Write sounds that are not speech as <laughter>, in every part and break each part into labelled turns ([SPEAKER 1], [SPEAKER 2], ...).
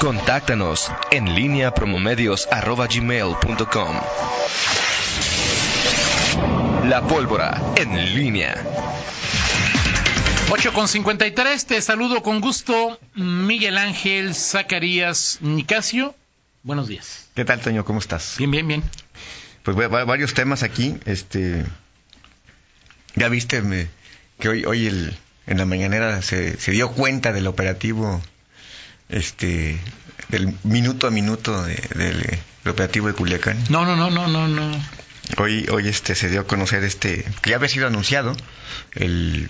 [SPEAKER 1] Contáctanos en línea promomedios.com. La pólvora en línea.
[SPEAKER 2] 8 con 53, te saludo con gusto, Miguel Ángel Zacarías Nicasio. Buenos días.
[SPEAKER 3] ¿Qué tal, Toño? ¿Cómo estás?
[SPEAKER 2] Bien, bien, bien.
[SPEAKER 3] Pues va- va- varios temas aquí. Este, ya viste me- que hoy, hoy el, en la mañanera se, se dio cuenta del operativo, este, del minuto a minuto de- del del operativo de Culiacán.
[SPEAKER 2] No, no, no, no, no, no.
[SPEAKER 3] Hoy, hoy este se dio a conocer este que ya había sido anunciado el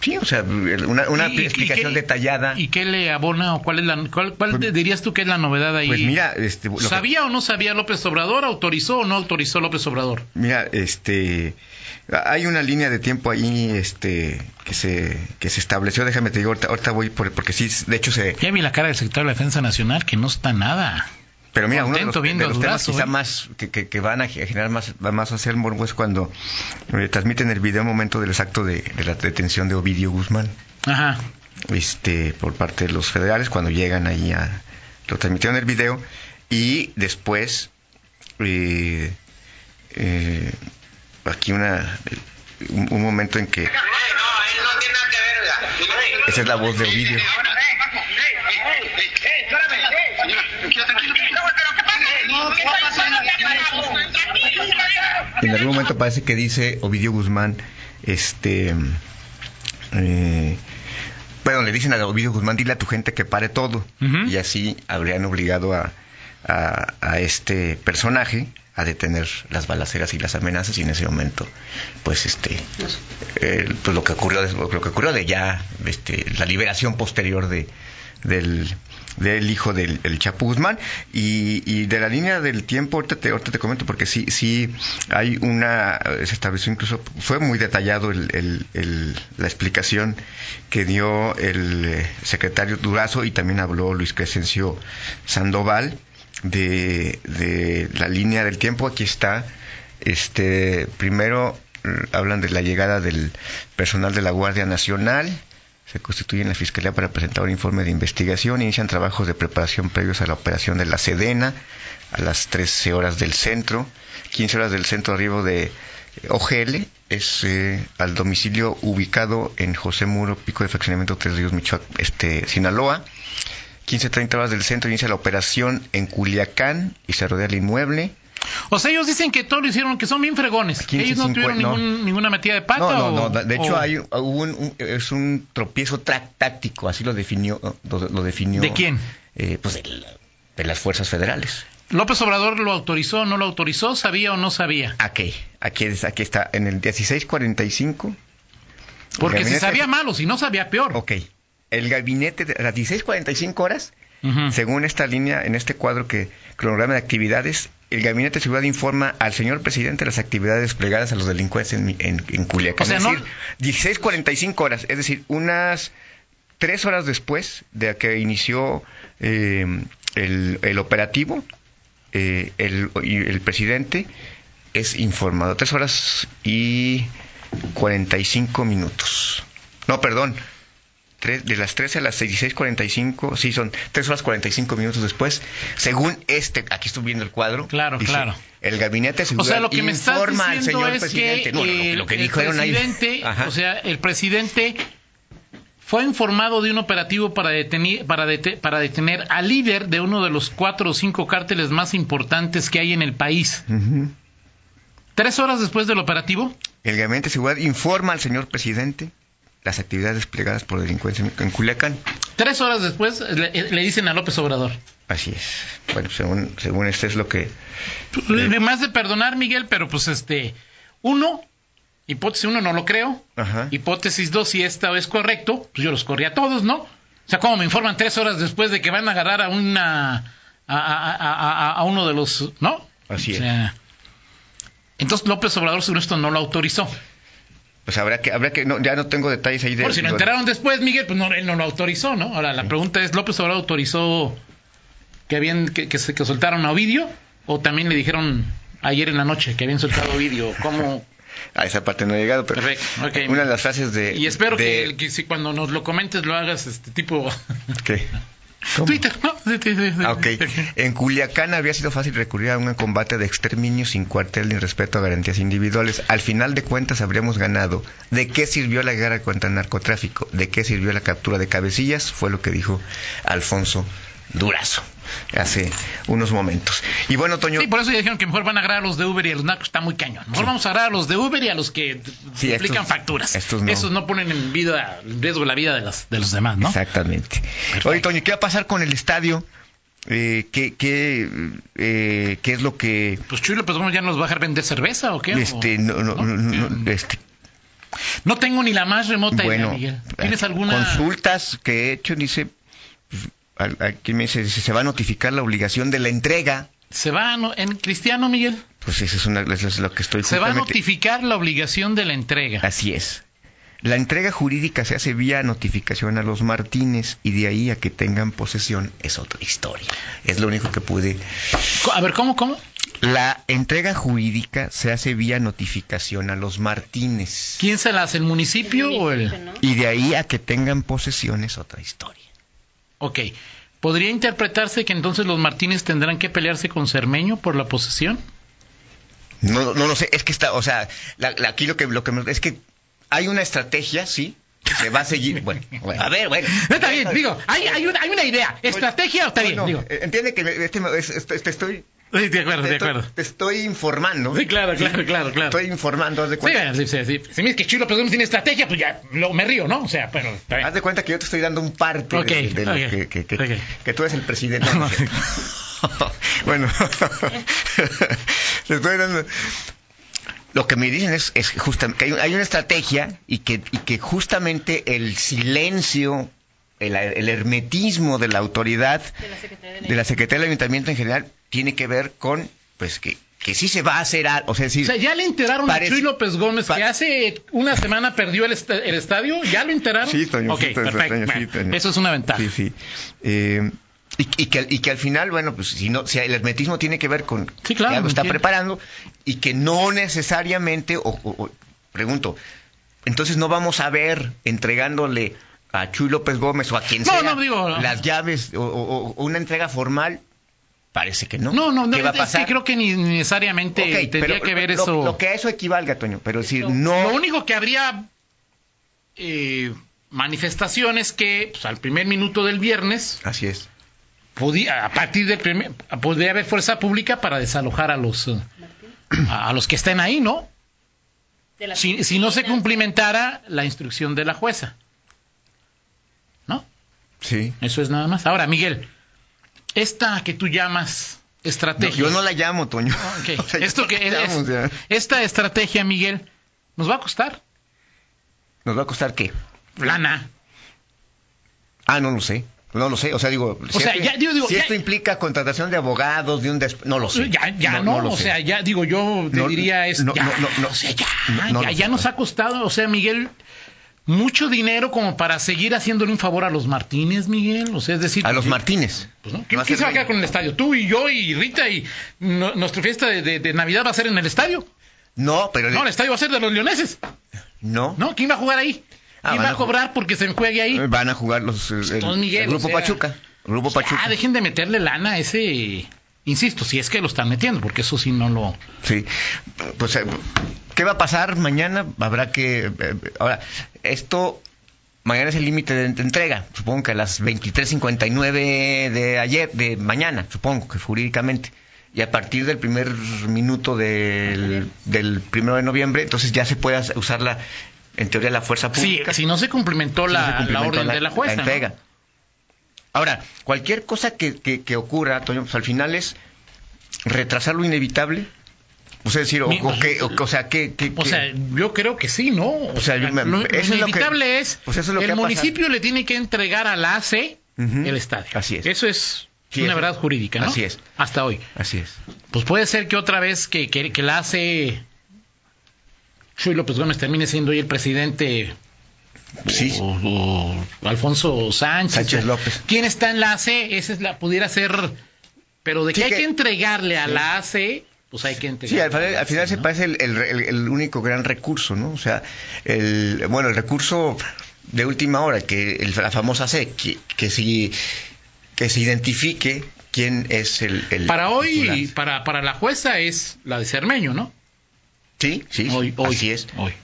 [SPEAKER 3] sí, o sea, el- una, una
[SPEAKER 2] ¿Y- y- y
[SPEAKER 3] explicación
[SPEAKER 2] qué-
[SPEAKER 3] detallada.
[SPEAKER 2] ¿Y qué le abona o cuál es la cuál, cuál te dirías tú que es la novedad ahí?
[SPEAKER 3] pues mira, este, lo que-
[SPEAKER 2] ¿Sabía o no sabía López Obrador? ¿Autorizó o no autorizó López Obrador?
[SPEAKER 3] Mira, este, hay una línea de tiempo ahí, este, que se, que se estableció. Déjame te digo, ahorita, ahorita voy por, porque sí, de hecho se.
[SPEAKER 2] Ya vi la cara del secretario de la Defensa Nacional que no está nada.
[SPEAKER 3] Pero mira, uno de los,
[SPEAKER 2] Contento viendo
[SPEAKER 3] de los
[SPEAKER 2] a
[SPEAKER 3] temas
[SPEAKER 2] Durazo,
[SPEAKER 3] quizá
[SPEAKER 2] ¿eh?
[SPEAKER 3] más que, que- que van a ge- generar más, va más a hacer morbo es cuando eh, transmiten el video momento del acto de, de la detención de Ovidio Guzmán,
[SPEAKER 2] Ajá.
[SPEAKER 3] este, por parte de los federales cuando llegan ahí a, lo transmitieron el video y después eh, eh, aquí una un- un momento en que
[SPEAKER 4] No, él no tiene nada que ver, oiga.
[SPEAKER 3] Esa es la voz de Ovidio. En algún momento parece que dice Ovidio Guzmán, este. eh, bueno, le dicen a Ovidio Guzmán, dile a tu gente que pare todo.
[SPEAKER 2] Ujú.
[SPEAKER 3] Y así habrían obligado a, a- a este personaje a detener las balaceras y las amenazas y en ese momento pues este eh, pues lo que ocurrió lo que ocurrió de ya este, la liberación posterior de del, del hijo del el Chapo Guzmán y, y de la línea del tiempo ahorita te, ahorita te comento porque sí sí hay una se estableció incluso fue muy detallado el, el- el- la explicación que dio el eh, secretario Durazo y también habló Luis Crescencio Sandoval de, de la línea del tiempo aquí está este primero eh, hablan de la llegada del personal de la Guardia Nacional se constituyen la Fiscalía para presentar un informe de investigación. Inician trabajos de preparación previos a la operación de la Sedena a las 13 horas del centro. 15 horas del centro arribo de OGL es eh, al domicilio ubicado en José Muro, Pico de Fraccionamiento Tres Ríos, Michoacán, este, Sinaloa. 15.30 horas del centro inicia la operación en Culiacán y se rodea el inmueble.
[SPEAKER 2] O sea, ellos dicen que todo lo hicieron, que son bien fregones.
[SPEAKER 3] Aquí en
[SPEAKER 2] ellos no
[SPEAKER 3] 15,
[SPEAKER 2] tuvieron
[SPEAKER 3] no.
[SPEAKER 2] ningún- ninguna metida de pata.
[SPEAKER 3] No, no,
[SPEAKER 2] o-
[SPEAKER 3] no. De hecho,
[SPEAKER 2] o-
[SPEAKER 3] hay, hubo un, un- es un tropiezo tra- táctico, así lo definió. Lo, lo definió
[SPEAKER 2] ¿De quién?
[SPEAKER 3] eh, pues de, la- de las fuerzas federales.
[SPEAKER 2] López Obrador lo autorizó o no lo autorizó, sabía o no sabía.
[SPEAKER 3] ¿A qué? Aquí, es- aquí está, en el 1645.
[SPEAKER 2] Porque si
[SPEAKER 3] gabinete-
[SPEAKER 2] sabía malo, si no sabía peor.
[SPEAKER 3] este Ok. El gabinete, de- a las 1645 horas,
[SPEAKER 2] Ujú.
[SPEAKER 3] según esta línea, en este cuadro que cronograma de actividades, el gabinete de seguridad informa al señor presidente las actividades desplegadas a los delincuentes en, mi- en- en Culiacán.
[SPEAKER 2] O sea,
[SPEAKER 3] es
[SPEAKER 2] no-
[SPEAKER 3] decir, 16.45 horas, es decir, unas tres horas después de que inició eh, el, el operativo, eh, el, y el presidente es informado. Tres horas y 45 minutos. No, perdón. Tres- de las 13 a las 16.45, sí, son 3 horas 45 minutos después, según este, aquí estoy viendo el cuadro.
[SPEAKER 2] Claro, claro.
[SPEAKER 3] El gabinete de
[SPEAKER 2] O
[SPEAKER 3] seguridad
[SPEAKER 2] sea, lo que me estás
[SPEAKER 3] informa al
[SPEAKER 2] diciendo
[SPEAKER 3] señor
[SPEAKER 2] es
[SPEAKER 3] presidente.
[SPEAKER 2] que
[SPEAKER 3] No, no, lo que-
[SPEAKER 2] el,
[SPEAKER 3] lo que
[SPEAKER 2] el
[SPEAKER 3] dijo era una-
[SPEAKER 2] presidente,
[SPEAKER 3] <laughs> Ajá.
[SPEAKER 2] o sea, el presidente fue informado de un operativo para detener, para, dete- para detener al líder de uno de los cuatro o cinco cárteles más importantes que hay en el país.
[SPEAKER 3] Ujú.
[SPEAKER 2] Tres horas después del operativo,
[SPEAKER 3] El gabinete de seguridad informa al señor presidente las actividades desplegadas por delincuencia en Culiacán.
[SPEAKER 2] tres horas después le, le dicen a López Obrador.
[SPEAKER 3] Así es. Bueno, según, según este es lo que...
[SPEAKER 2] Más de perdonar, Miguel, pero pues este, uno, hipótesis uno no lo creo,
[SPEAKER 3] Ajá.
[SPEAKER 2] Hipótesis 2, si esta es correcto, pues yo los corrí a todos, ¿no? O sea, como me informan tres horas después de que van a agarrar a una a, a- a- a- a uno de los, ¿no?
[SPEAKER 3] Así
[SPEAKER 2] O sea, entonces López Obrador sobre esto no lo autorizó.
[SPEAKER 3] Pues habrá que... Habrá que no, ya no tengo detalles ahí de...
[SPEAKER 2] Por si lo
[SPEAKER 3] digo,
[SPEAKER 2] enteraron después, Miguel, pues no, él no lo autorizó, ¿no? Ahora la pregunta es, ¿López Obrador autorizó que habían que, que se- que soltaron a Ovidio o también le dijeron ayer en la noche que habían soltado a Ovidio? ¿Cómo?
[SPEAKER 3] A ah, esa parte no he llegado, pero...
[SPEAKER 2] Perfecto, ok.
[SPEAKER 3] Una de las frases Eh, de...
[SPEAKER 2] Y espero
[SPEAKER 3] de-
[SPEAKER 2] que, que si cuando nos lo comentes lo hagas este tipo
[SPEAKER 3] ¿Qué? ¿Cómo?
[SPEAKER 2] <laughs> Twitter, ¿no? Sí, sí, sí, sí.
[SPEAKER 3] Ah, ok. En Culiacán había sido fácil recurrir a un combate de exterminio sin cuartel ni respeto a garantías individuales. Al final de cuentas habríamos ganado. ¿De qué sirvió la guerra contra el narcotráfico? ¿De qué sirvió la captura de cabecillas? Fue lo que dijo Alfonso Durazo hace unos momentos. Y bueno, Toño,
[SPEAKER 2] Sí, por eso ya dijeron que mejor van a agarrar a los de Uber y a los narcos, está muy cañón. Mejor vamos a agarrar a los de Uber y a los que
[SPEAKER 3] Sí,
[SPEAKER 2] aplican
[SPEAKER 3] estos-
[SPEAKER 2] facturas.
[SPEAKER 3] estos no.
[SPEAKER 2] Esos no ponen en vida, en riesgo la vida de, las, de los demás, ¿no?
[SPEAKER 3] Exactamente. Oye, Toño, ¿qué va a pasar con el estadio? Eh, ¿qué, qué, eh, ¿Qué es lo que...
[SPEAKER 2] Pues Chuy pues ya nos va a dejar vender cerveza o qué?
[SPEAKER 3] Este,
[SPEAKER 2] O-
[SPEAKER 3] no, no, no, no, este,
[SPEAKER 2] No tengo ni la más remota idea,
[SPEAKER 3] bueno, eh, ah,
[SPEAKER 2] Miguel. ¿Tienes alguna?
[SPEAKER 3] consultas que he hecho, dice, pues, al- aquí me dice, dice, se va a notificar la obligación de la entrega.
[SPEAKER 2] ¿Se va a no- en cristiano, Miguel?
[SPEAKER 3] Pues eso es, una, eso es lo que estoy
[SPEAKER 2] Se va a
[SPEAKER 3] justamente-
[SPEAKER 2] notificar la obligación de la entrega.
[SPEAKER 3] Así es. La entrega jurídica se hace vía notificación a los Martínez y de ahí a que tengan posesión es otra historia. Es lo único que pude
[SPEAKER 2] Co- A ver, ¿cómo, cómo?
[SPEAKER 3] La entrega jurídica se hace vía notificación a los Martínez.
[SPEAKER 2] ¿Quién se la hace, el municipio, o el...?
[SPEAKER 3] Y de ahí a que tengan posesiones otra historia.
[SPEAKER 2] Ok. ¿Podría interpretarse que entonces los Martínez tendrán que pelearse con Cermeño por la posesión?
[SPEAKER 3] No, no lo sé, es que está, o sea, la- la- aquí lo que, lo que me- es que hay una estrategia, sí, que se va a
[SPEAKER 2] <laughs>
[SPEAKER 3] seguir. Bueno, bueno, a ver, bueno.
[SPEAKER 2] No, está bien, digo, hay, hay, una, hay una idea. ¿Estrategia o está bien?
[SPEAKER 3] Bueno,
[SPEAKER 2] Digo.
[SPEAKER 3] Pues, eh, entiende que me- este me- es- es- te estoy,
[SPEAKER 2] Sí, de acuerdo, de
[SPEAKER 3] te,
[SPEAKER 2] acuerdo.
[SPEAKER 3] te estoy informando.
[SPEAKER 2] Sí, claro, claro, claro, claro.
[SPEAKER 3] Estoy informando, haz de
[SPEAKER 2] Sí,
[SPEAKER 3] cuenta.
[SPEAKER 2] sí, sí, sí. Si me dices que Chuy López Gómez tiene estrategia, pues ya lo- me río, ¿no? O sea, pero... está bien.
[SPEAKER 3] Haz de cuenta que yo te estoy dando un parte de-
[SPEAKER 2] Ok,
[SPEAKER 3] de, de lo
[SPEAKER 2] ok,
[SPEAKER 3] que, que- que-
[SPEAKER 2] ok.
[SPEAKER 3] que tú eres el
[SPEAKER 2] <laughs>
[SPEAKER 3] presidente. No, no es cierto. <laughs> bueno, te estoy dando- Lo que me dicen es, es justamente que hay, hay una estrategia y que, y que justamente el silencio, el, el hermetismo de la autoridad, de la Secretaría del Ayuntamiento en general, tiene que ver con pues que, que sí se va a hacer algo. O sea, sí,
[SPEAKER 2] O sea, ya le enteraron
[SPEAKER 3] Parece-
[SPEAKER 2] a Chuy López Gómez que
[SPEAKER 3] pa-
[SPEAKER 2] hace una semana perdió el, est- el estadio. ¿Ya lo enteraron?
[SPEAKER 3] Sí, Toño,
[SPEAKER 2] Ok,
[SPEAKER 3] sí, Toño,
[SPEAKER 2] perfecto.
[SPEAKER 3] Toño, sí,
[SPEAKER 2] Bueno,
[SPEAKER 3] Toño.
[SPEAKER 2] Eso es una ventaja.
[SPEAKER 3] Sí, sí. Eh, y, y que, y que al final, bueno, pues si, no, si el hermetismo tiene que ver con
[SPEAKER 2] Sí, claro,
[SPEAKER 3] que algo está
[SPEAKER 2] entiendo.
[SPEAKER 3] preparando y que no necesariamente, o, o- o- pregunto, entonces no vamos a ver entregándole a Chuy López Gómez o a quien
[SPEAKER 2] No,
[SPEAKER 3] sea
[SPEAKER 2] no, digo, no.
[SPEAKER 3] las llaves o, o- o una entrega formal, parece que no.
[SPEAKER 2] No, no, no
[SPEAKER 3] ¿Qué va a
[SPEAKER 2] es- es
[SPEAKER 3] pasar?
[SPEAKER 2] que creo que ni necesariamente
[SPEAKER 3] Ok,
[SPEAKER 2] tendría
[SPEAKER 3] pero
[SPEAKER 2] que ver
[SPEAKER 3] lo-
[SPEAKER 2] eso.
[SPEAKER 3] Lo que a eso equivalga, Toño, pero es decir,
[SPEAKER 2] Lo
[SPEAKER 3] no...
[SPEAKER 2] único que habría eh, manifestaciones que pues, al primer minuto del viernes
[SPEAKER 3] Así es.
[SPEAKER 2] podía, a partir del primer, podría haber fuerza pública para desalojar a los eh, a, a los que estén ahí, ¿no?
[SPEAKER 5] De la-
[SPEAKER 2] Si, si no se cumplimentara la instrucción de la jueza, ¿no?
[SPEAKER 3] Sí.
[SPEAKER 2] Eso es nada más. Ahora, Miguel, esta que tú llamas
[SPEAKER 3] No,
[SPEAKER 2] estrategia.
[SPEAKER 3] yo no la llamo, Toño.
[SPEAKER 2] Ah, Ok,
[SPEAKER 3] <laughs> O sea, yo
[SPEAKER 2] Esto
[SPEAKER 3] no
[SPEAKER 2] que
[SPEAKER 3] la llamo, o
[SPEAKER 2] es-
[SPEAKER 3] sea.
[SPEAKER 2] esta estrategia, Miguel, nos va a costar
[SPEAKER 3] ¿Nos va a costar qué?
[SPEAKER 2] lana.
[SPEAKER 3] Ah, no lo sé. No lo sé. O sea, digo,
[SPEAKER 2] O sea, ya, digo, digo,
[SPEAKER 3] si
[SPEAKER 2] ya-
[SPEAKER 3] esto implica contratación de abogados, de un desp- No lo sé.
[SPEAKER 2] Ya, ya no,
[SPEAKER 3] lo
[SPEAKER 2] o
[SPEAKER 3] sé.
[SPEAKER 2] sea, ya digo yo te
[SPEAKER 3] No,
[SPEAKER 2] diría es
[SPEAKER 3] no,
[SPEAKER 2] ya,
[SPEAKER 3] no, no, no.
[SPEAKER 2] o sea, ya,
[SPEAKER 3] No, no
[SPEAKER 2] ya,
[SPEAKER 3] lo
[SPEAKER 2] ya
[SPEAKER 3] sé,
[SPEAKER 2] nos
[SPEAKER 3] no.
[SPEAKER 2] ha costado, o sea, Miguel, mucho dinero como para seguir haciéndole un favor a los Martínez, Miguel, o sea, es decir,
[SPEAKER 3] A los Martínez.
[SPEAKER 2] pues, ¿no?
[SPEAKER 3] No
[SPEAKER 2] ¿Quién,
[SPEAKER 3] va a
[SPEAKER 2] quién se
[SPEAKER 3] ser
[SPEAKER 2] va a quedar
[SPEAKER 3] rey.
[SPEAKER 2] con el estadio? Tú y yo y Rita y no- nuestra fiesta de, de- de Navidad va a ser en el estadio.
[SPEAKER 3] No, pero...
[SPEAKER 2] No, el estadio va a ser de los leoneses.
[SPEAKER 3] No.
[SPEAKER 2] ¿No? ¿Quién va a jugar ahí?
[SPEAKER 3] Ah,
[SPEAKER 2] ¿Quién
[SPEAKER 3] van
[SPEAKER 2] va
[SPEAKER 3] a
[SPEAKER 2] a
[SPEAKER 3] ju-
[SPEAKER 2] cobrar porque se enjuegue ahí?
[SPEAKER 3] Eh, Van a jugar los... eh, El,
[SPEAKER 2] Pues Don Miguel,
[SPEAKER 3] el Grupo
[SPEAKER 2] o sea.
[SPEAKER 3] Pachuca. El Grupo Pachuca.
[SPEAKER 2] Ah, dejen de meterle lana a ese, insisto, si es que lo están metiendo, porque eso sí no lo...
[SPEAKER 3] Sí. Pues, eh, ¿qué va a pasar mañana? Habrá que... eh, ahora, esto... Mañana es el límite de, de entrega. Supongo que a las 23.59 de ayer, de mañana, supongo que jurídicamente. Y a partir del primer minuto del, del primero de noviembre, entonces ya se puede hacer- usar la, en teoría, la fuerza
[SPEAKER 2] Sí,
[SPEAKER 3] pública.
[SPEAKER 2] si no se cumplimentó
[SPEAKER 3] Si no
[SPEAKER 2] la,
[SPEAKER 3] se
[SPEAKER 2] la
[SPEAKER 3] cumplimentó
[SPEAKER 2] orden de la jueza. ¿no?
[SPEAKER 3] entrega. Ahora, cualquier cosa que, que- que ocurra, Toño, pues al final es retrasar lo inevitable. O sea, decir, o,
[SPEAKER 2] Mi-
[SPEAKER 3] o que- o- o sea, que, que-
[SPEAKER 2] O
[SPEAKER 3] que-
[SPEAKER 2] sea, yo creo que sí, ¿no? O,
[SPEAKER 3] sea, yo me-
[SPEAKER 2] lo, lo
[SPEAKER 3] eso es lo que-
[SPEAKER 2] inevitable es,
[SPEAKER 3] pues eso es lo que
[SPEAKER 2] el
[SPEAKER 3] ha pasado.
[SPEAKER 2] municipio le tiene que entregar al AC
[SPEAKER 3] Ujú.
[SPEAKER 2] el estadio.
[SPEAKER 3] Así es.
[SPEAKER 2] Eso es
[SPEAKER 3] Sí,
[SPEAKER 2] una
[SPEAKER 3] eso-
[SPEAKER 2] verdad jurídica, ¿no?
[SPEAKER 3] así es.
[SPEAKER 2] Hasta hoy.
[SPEAKER 3] Así es.
[SPEAKER 2] Pues puede ser que otra vez que, que, que la AC Chuy López Gómez termine siendo hoy el presidente
[SPEAKER 3] Sí.
[SPEAKER 2] o, o Alfonso Sánchez.
[SPEAKER 3] Sánchez
[SPEAKER 2] o-
[SPEAKER 3] López.
[SPEAKER 2] ¿Quién está en la AC? Esa es la pudiera ser. Pero de
[SPEAKER 3] Sí
[SPEAKER 2] que hay
[SPEAKER 3] que-
[SPEAKER 2] que entregarle a la AC, pues hay que
[SPEAKER 3] Sí,
[SPEAKER 2] entregarle.
[SPEAKER 3] al final, al final se parece el, el- el- el único gran recurso, ¿no? O sea, el, bueno, el recurso de última hora, que el- la famosa C, que, que si que se identifique quién es el... el
[SPEAKER 2] Para hoy,
[SPEAKER 3] titular.
[SPEAKER 2] para, para la jueza es la de Cermeño, ¿no?
[SPEAKER 3] Sí, sí,
[SPEAKER 2] Hoy, hoy.
[SPEAKER 3] así es.
[SPEAKER 2] Hoy.
[SPEAKER 3] Sí.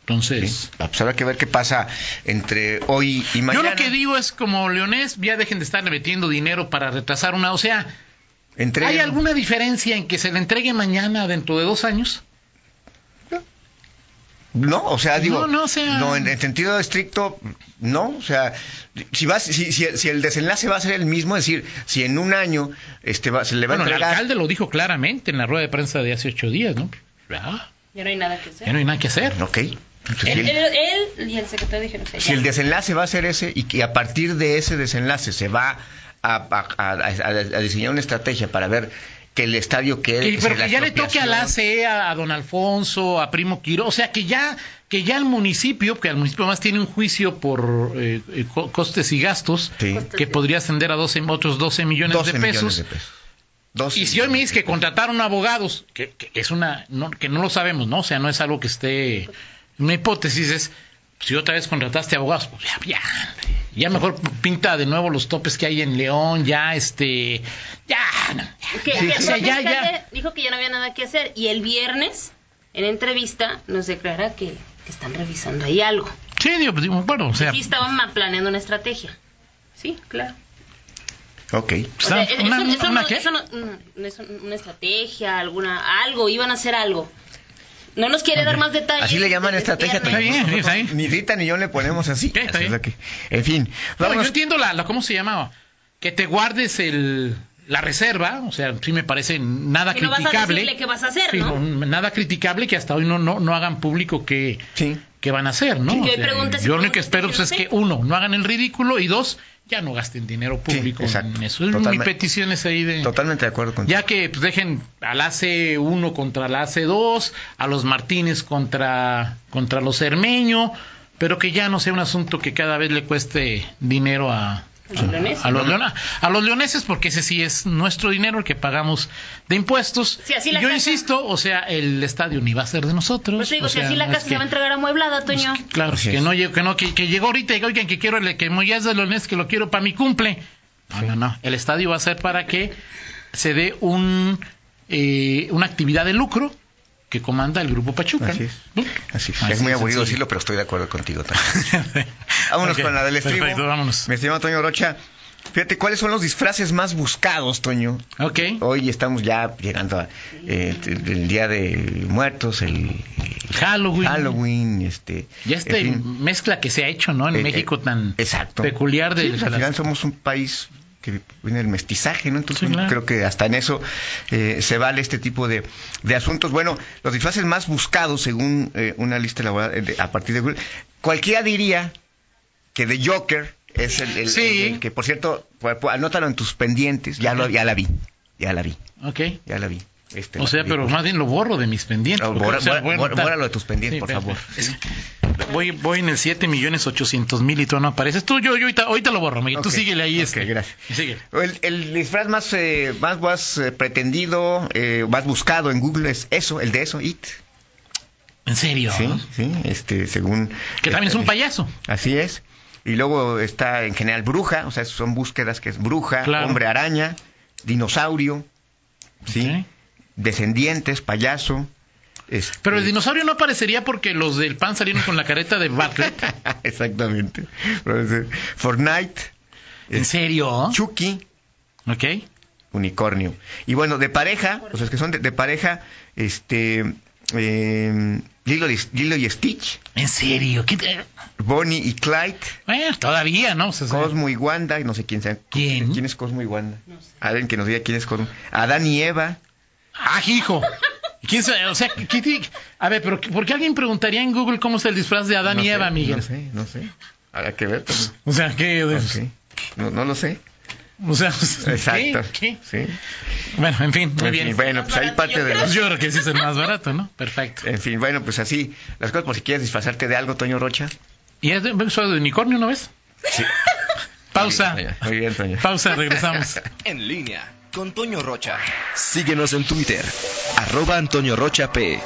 [SPEAKER 2] Entonces.
[SPEAKER 3] Ah, pues habrá que ver qué pasa entre hoy y mañana.
[SPEAKER 2] Yo lo que digo es como leonés, ya dejen de estarle metiendo dinero para retrasar una. O sea,
[SPEAKER 3] Entre-
[SPEAKER 2] ¿hay alguna diferencia en que se le entregue mañana dentro de dos años?
[SPEAKER 3] No, o sea, digo,
[SPEAKER 2] No, no, o sea-
[SPEAKER 3] no, en, en sentido estricto, no, o sea, si va, si, si- si el desenlace va a ser el mismo, es decir, si en un año este va, se le va
[SPEAKER 2] Bueno,
[SPEAKER 3] a
[SPEAKER 2] el
[SPEAKER 3] entregar,
[SPEAKER 2] alcalde lo dijo claramente en la rueda de prensa de hace ocho días, ¿no? Ah,
[SPEAKER 5] Ya no hay nada que hacer.
[SPEAKER 2] ya no hay nada que hacer.
[SPEAKER 3] ok, entonces, si
[SPEAKER 5] Él,
[SPEAKER 3] el,
[SPEAKER 5] él- él y el secretario dijeron que
[SPEAKER 3] si
[SPEAKER 5] ya.
[SPEAKER 3] el desenlace va a ser ese y que a partir de ese desenlace se va a, a- a- a- a diseñar una estrategia para ver que el estadio quede,
[SPEAKER 2] Que-
[SPEAKER 3] que
[SPEAKER 2] pero
[SPEAKER 3] se- Eh, la
[SPEAKER 2] que ya le toque a la
[SPEAKER 3] expropiación-
[SPEAKER 2] ACE, a, a don Alfonso, a Primo Quiro, o sea que ya que ya el municipio, que el municipio más tiene un juicio por eh, eh, co- costes y gastos,
[SPEAKER 3] Sí.
[SPEAKER 2] que podría ascender a 12, otros 12 millones,
[SPEAKER 3] 12
[SPEAKER 2] de, pesos.
[SPEAKER 3] millones de pesos. 12
[SPEAKER 2] Y si hoy me
[SPEAKER 3] millones
[SPEAKER 2] dices que
[SPEAKER 3] de pesos.
[SPEAKER 2] contrataron abogados, que, que es una, no, que no lo sabemos, ¿no? O sea, no es algo que esté, una hipótesis es, si otra vez contrataste abogados, pues ya, ya, ya mejor pinta de nuevo los topes que hay en León, ya, este, ya, no,
[SPEAKER 5] Que-
[SPEAKER 2] ya,
[SPEAKER 5] que
[SPEAKER 2] ya,
[SPEAKER 5] el
[SPEAKER 2] o sea,
[SPEAKER 5] propio
[SPEAKER 2] ya, ya.
[SPEAKER 5] alcalde Dijo que ya no había nada que hacer. Y el viernes, en entrevista, nos declara que, que están revisando ahí algo.
[SPEAKER 2] Sí, digo, pues, digo, bueno, o sea,
[SPEAKER 5] Sí estaban ma- planeando una estrategia. Sí, claro.
[SPEAKER 3] Ok.
[SPEAKER 5] O
[SPEAKER 2] Está-
[SPEAKER 5] sea, eso-
[SPEAKER 2] ¿una-
[SPEAKER 5] eso
[SPEAKER 2] una
[SPEAKER 5] no-
[SPEAKER 2] qué?
[SPEAKER 5] eso no- mm, eso no- una estrategia, alguna, algo, iban a hacer algo. No nos quiere dar más detalles.
[SPEAKER 3] Así le llaman
[SPEAKER 5] del
[SPEAKER 3] estrategia.
[SPEAKER 5] viernes.
[SPEAKER 2] Está bien, sí, está bien.
[SPEAKER 3] Ni Rita ni yo le ponemos así.
[SPEAKER 2] Sí, está
[SPEAKER 3] Así es
[SPEAKER 2] bien.
[SPEAKER 3] la que- en fin,
[SPEAKER 2] No, yo
[SPEAKER 3] vámonos.
[SPEAKER 2] entiendo la, la- ¿cómo se llamaba? Que te guardes el, la reserva, o sea, sí me parece nada
[SPEAKER 5] Que no vas a
[SPEAKER 2] criticable.
[SPEAKER 5] decirle qué vas a hacer,
[SPEAKER 2] Sí,
[SPEAKER 5] ¿no?
[SPEAKER 2] no, Nada criticable que hasta hoy no, no, no hagan público que,
[SPEAKER 3] Sí.
[SPEAKER 2] que van a hacer, ¿no?
[SPEAKER 5] Sí,
[SPEAKER 2] O
[SPEAKER 5] yo hay
[SPEAKER 2] sea,
[SPEAKER 5] preguntas y
[SPEAKER 2] yo lo único que
[SPEAKER 5] preguntas
[SPEAKER 2] espero
[SPEAKER 5] que
[SPEAKER 2] pues,
[SPEAKER 5] no
[SPEAKER 2] es
[SPEAKER 5] sé.
[SPEAKER 2] que, uno, no hagan el ridículo y dos, ya no gasten dinero público
[SPEAKER 3] exacto.
[SPEAKER 2] en eso. Es mi
[SPEAKER 3] Totalmente.
[SPEAKER 2] petición es ahí de...
[SPEAKER 3] Totalmente de acuerdo contigo.
[SPEAKER 2] Ya que pues, dejen al AC1 contra la AC2, a los Martínez contra, contra los Cermeño, pero que ya no sea un asunto que cada vez le cueste dinero a,
[SPEAKER 5] ¿A los leoneses?
[SPEAKER 2] a los, leona- a los leoneses, porque ese sí es nuestro dinero el que pagamos de impuestos.
[SPEAKER 5] Sí, así
[SPEAKER 2] Y
[SPEAKER 5] la
[SPEAKER 2] Yo
[SPEAKER 5] casa-
[SPEAKER 2] insisto, o sea, el estadio ni va a ser de nosotros.
[SPEAKER 5] Pues te digo,
[SPEAKER 2] o
[SPEAKER 5] si
[SPEAKER 2] sea,
[SPEAKER 5] así la
[SPEAKER 2] no es
[SPEAKER 5] casa se
[SPEAKER 2] que-
[SPEAKER 5] la va a entregar amueblada, Toño.
[SPEAKER 2] Claro,
[SPEAKER 3] Así
[SPEAKER 2] que
[SPEAKER 3] es.
[SPEAKER 2] no, llegó- que no que, que llegó ahorita y que, oigan que quiero el- que ya es de Leones que lo quiero para mi cumple. No, no, no. El estadio va a ser para que se dé un eh, una actividad de lucro que comanda el grupo Pachuca.
[SPEAKER 3] Así
[SPEAKER 2] ¿no?
[SPEAKER 3] es.
[SPEAKER 2] ¿No?
[SPEAKER 3] Así es.
[SPEAKER 2] Así
[SPEAKER 3] es muy
[SPEAKER 2] de
[SPEAKER 3] aburrido
[SPEAKER 2] sencillo.
[SPEAKER 3] decirlo, pero estoy de acuerdo contigo también. vámonos
[SPEAKER 2] <laughs> Ok,
[SPEAKER 3] con la del estribo.
[SPEAKER 2] Perfecto, vámonos.
[SPEAKER 3] Mi estimado Toño Rocha, fíjate, ¿cuáles son los disfraces más buscados, Toño?
[SPEAKER 2] Ok.
[SPEAKER 3] Hoy estamos ya llegando a, eh, el el Día de Muertos, el
[SPEAKER 2] Halloween.
[SPEAKER 3] Halloween, este...
[SPEAKER 2] Ya esta
[SPEAKER 3] en fin.
[SPEAKER 2] mezcla que se ha hecho, ¿no? En
[SPEAKER 3] Eh,
[SPEAKER 2] México
[SPEAKER 3] eh,
[SPEAKER 2] tan
[SPEAKER 3] exacto.
[SPEAKER 2] peculiar de
[SPEAKER 3] Sí, pues, al final somos un país que viene el mestizaje, ¿no? Entonces
[SPEAKER 2] Sí, claro.
[SPEAKER 3] creo que hasta en eso eh, se vale este tipo de, de asuntos. Bueno, los disfraces más buscados según eh, una lista elaborada eh, de- a partir de Google, cualquiera diría que The Joker es el, el-
[SPEAKER 2] Sí.
[SPEAKER 3] el- el que, por cierto, pu- pu- anótalo en tus pendientes, ya, lo, ya la vi, ya la vi,
[SPEAKER 2] Ok.
[SPEAKER 3] ya la vi. Este,
[SPEAKER 2] O
[SPEAKER 3] la
[SPEAKER 2] sea, pero
[SPEAKER 3] película.
[SPEAKER 2] más bien lo borro de mis pendientes.
[SPEAKER 3] No,
[SPEAKER 2] porque,
[SPEAKER 3] borra-
[SPEAKER 2] o sea,
[SPEAKER 3] borra-
[SPEAKER 2] bueno,
[SPEAKER 3] borra-
[SPEAKER 2] tal.
[SPEAKER 3] bórralo de tus pendientes, por
[SPEAKER 2] pero-
[SPEAKER 3] favor.
[SPEAKER 2] es que voy, voy en el 7 millones 800 mil y tú no apareces. Tú, yo, yo ahorita, ahorita lo borro, Miguel. Tú
[SPEAKER 3] Ok,
[SPEAKER 2] síguele ahí.
[SPEAKER 3] ok,
[SPEAKER 2] este.
[SPEAKER 3] gracias.
[SPEAKER 2] Síguele.
[SPEAKER 3] El, el disfraz más, eh, más, más, eh, pretendido, eh, más buscado en Google es eso, el de eso, IT.
[SPEAKER 2] En serio.
[SPEAKER 3] Sí,
[SPEAKER 2] ¿no?
[SPEAKER 3] sí, este, según...
[SPEAKER 2] Que también es un
[SPEAKER 3] eh,
[SPEAKER 2] payaso.
[SPEAKER 3] Así es. Y luego está en general bruja, o sea, son búsquedas que es bruja,
[SPEAKER 2] Claro.
[SPEAKER 3] hombre araña, dinosaurio, ¿sí?
[SPEAKER 2] Ok.
[SPEAKER 3] Descendientes, payaso. este-
[SPEAKER 2] Pero
[SPEAKER 3] <laughs>
[SPEAKER 2] el dinosaurio no aparecería porque los del pan salieron con la careta de
[SPEAKER 3] <laughs>
[SPEAKER 2] Bartlett.
[SPEAKER 3] Eh. ah, Exactamente. Pero es, eh, Fortnite,
[SPEAKER 2] En serio.
[SPEAKER 3] Chucky,
[SPEAKER 2] Ok.
[SPEAKER 3] unicornio. Y bueno, de pareja, o sea, es que son de, de pareja, este... eh, Lilo, y- Lilo y Stitch,
[SPEAKER 2] En serio. ¿Qué te-
[SPEAKER 3] Bonnie y Clyde,
[SPEAKER 2] Bueno, todavía, ¿no? O sea,
[SPEAKER 3] Cosmo y Wanda, y no sé quién sea.
[SPEAKER 2] ¿Quién?
[SPEAKER 3] ¿Quién es Cosmo y Wanda?
[SPEAKER 5] No sé.
[SPEAKER 3] Alguien que nos diga quién es Cosmo. Adán y Eva.
[SPEAKER 2] ¡Ah, hijo!
[SPEAKER 3] <laughs>
[SPEAKER 2] ¿Quién sabe? O sea, ¿qué te- a ver, pero ¿por qué alguien preguntaría en Google cómo está el disfraz de Adán
[SPEAKER 3] No
[SPEAKER 2] y
[SPEAKER 3] sé,
[SPEAKER 2] Eva, Miguel?
[SPEAKER 3] No sé, no sé. Habrá que ver. pues.
[SPEAKER 2] O sea, ¿qué?
[SPEAKER 3] Ok. No, no lo sé.
[SPEAKER 2] O sea,
[SPEAKER 3] Exacto.
[SPEAKER 2] ¿qué? ¿Qué?
[SPEAKER 3] Sí.
[SPEAKER 2] Bueno, en fin, muy
[SPEAKER 3] En
[SPEAKER 2] bien.
[SPEAKER 3] fin, bueno, pues ahí parte de
[SPEAKER 2] Pues
[SPEAKER 3] los...
[SPEAKER 2] yo creo que sí es el más barato, ¿no? Perfecto.
[SPEAKER 3] En fin, bueno, pues así. Las cosas, por si quieres disfrazarte de algo, Toño Rocha.
[SPEAKER 2] ¿Y es de, soy de unicornio, no ves?
[SPEAKER 3] Sí.
[SPEAKER 2] Pausa.
[SPEAKER 3] Muy bien, Toño.
[SPEAKER 2] Pausa, regresamos.
[SPEAKER 1] En línea con Toño Rocha. Síguenos en Twitter, arroba Antonio Rocha P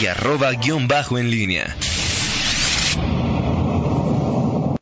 [SPEAKER 1] y arroba guión bajo en línea.